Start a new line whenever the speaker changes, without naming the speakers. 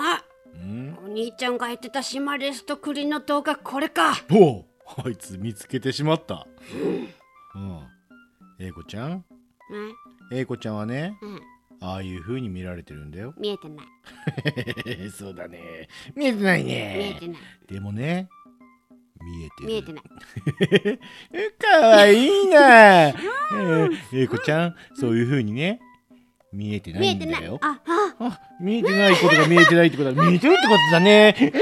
あ
ん
お兄ちゃんが言ってた島レスト栗の動画これか
おうあいつ見つけてしまったうん英子ちゃん
うん、
英子ちゃんはね
うん、
ああいう風に見られてるんだよ
見えてない
そうだね見えてない
見えてない
でもね見えてる
見えてない
かわいい な。えーえいこちゃん、そういう風にね、見えてな
見
い
え
ん
てない
だよ。
ああ
あ、見えてないことが見えてないってことは見えてるってことだね。えい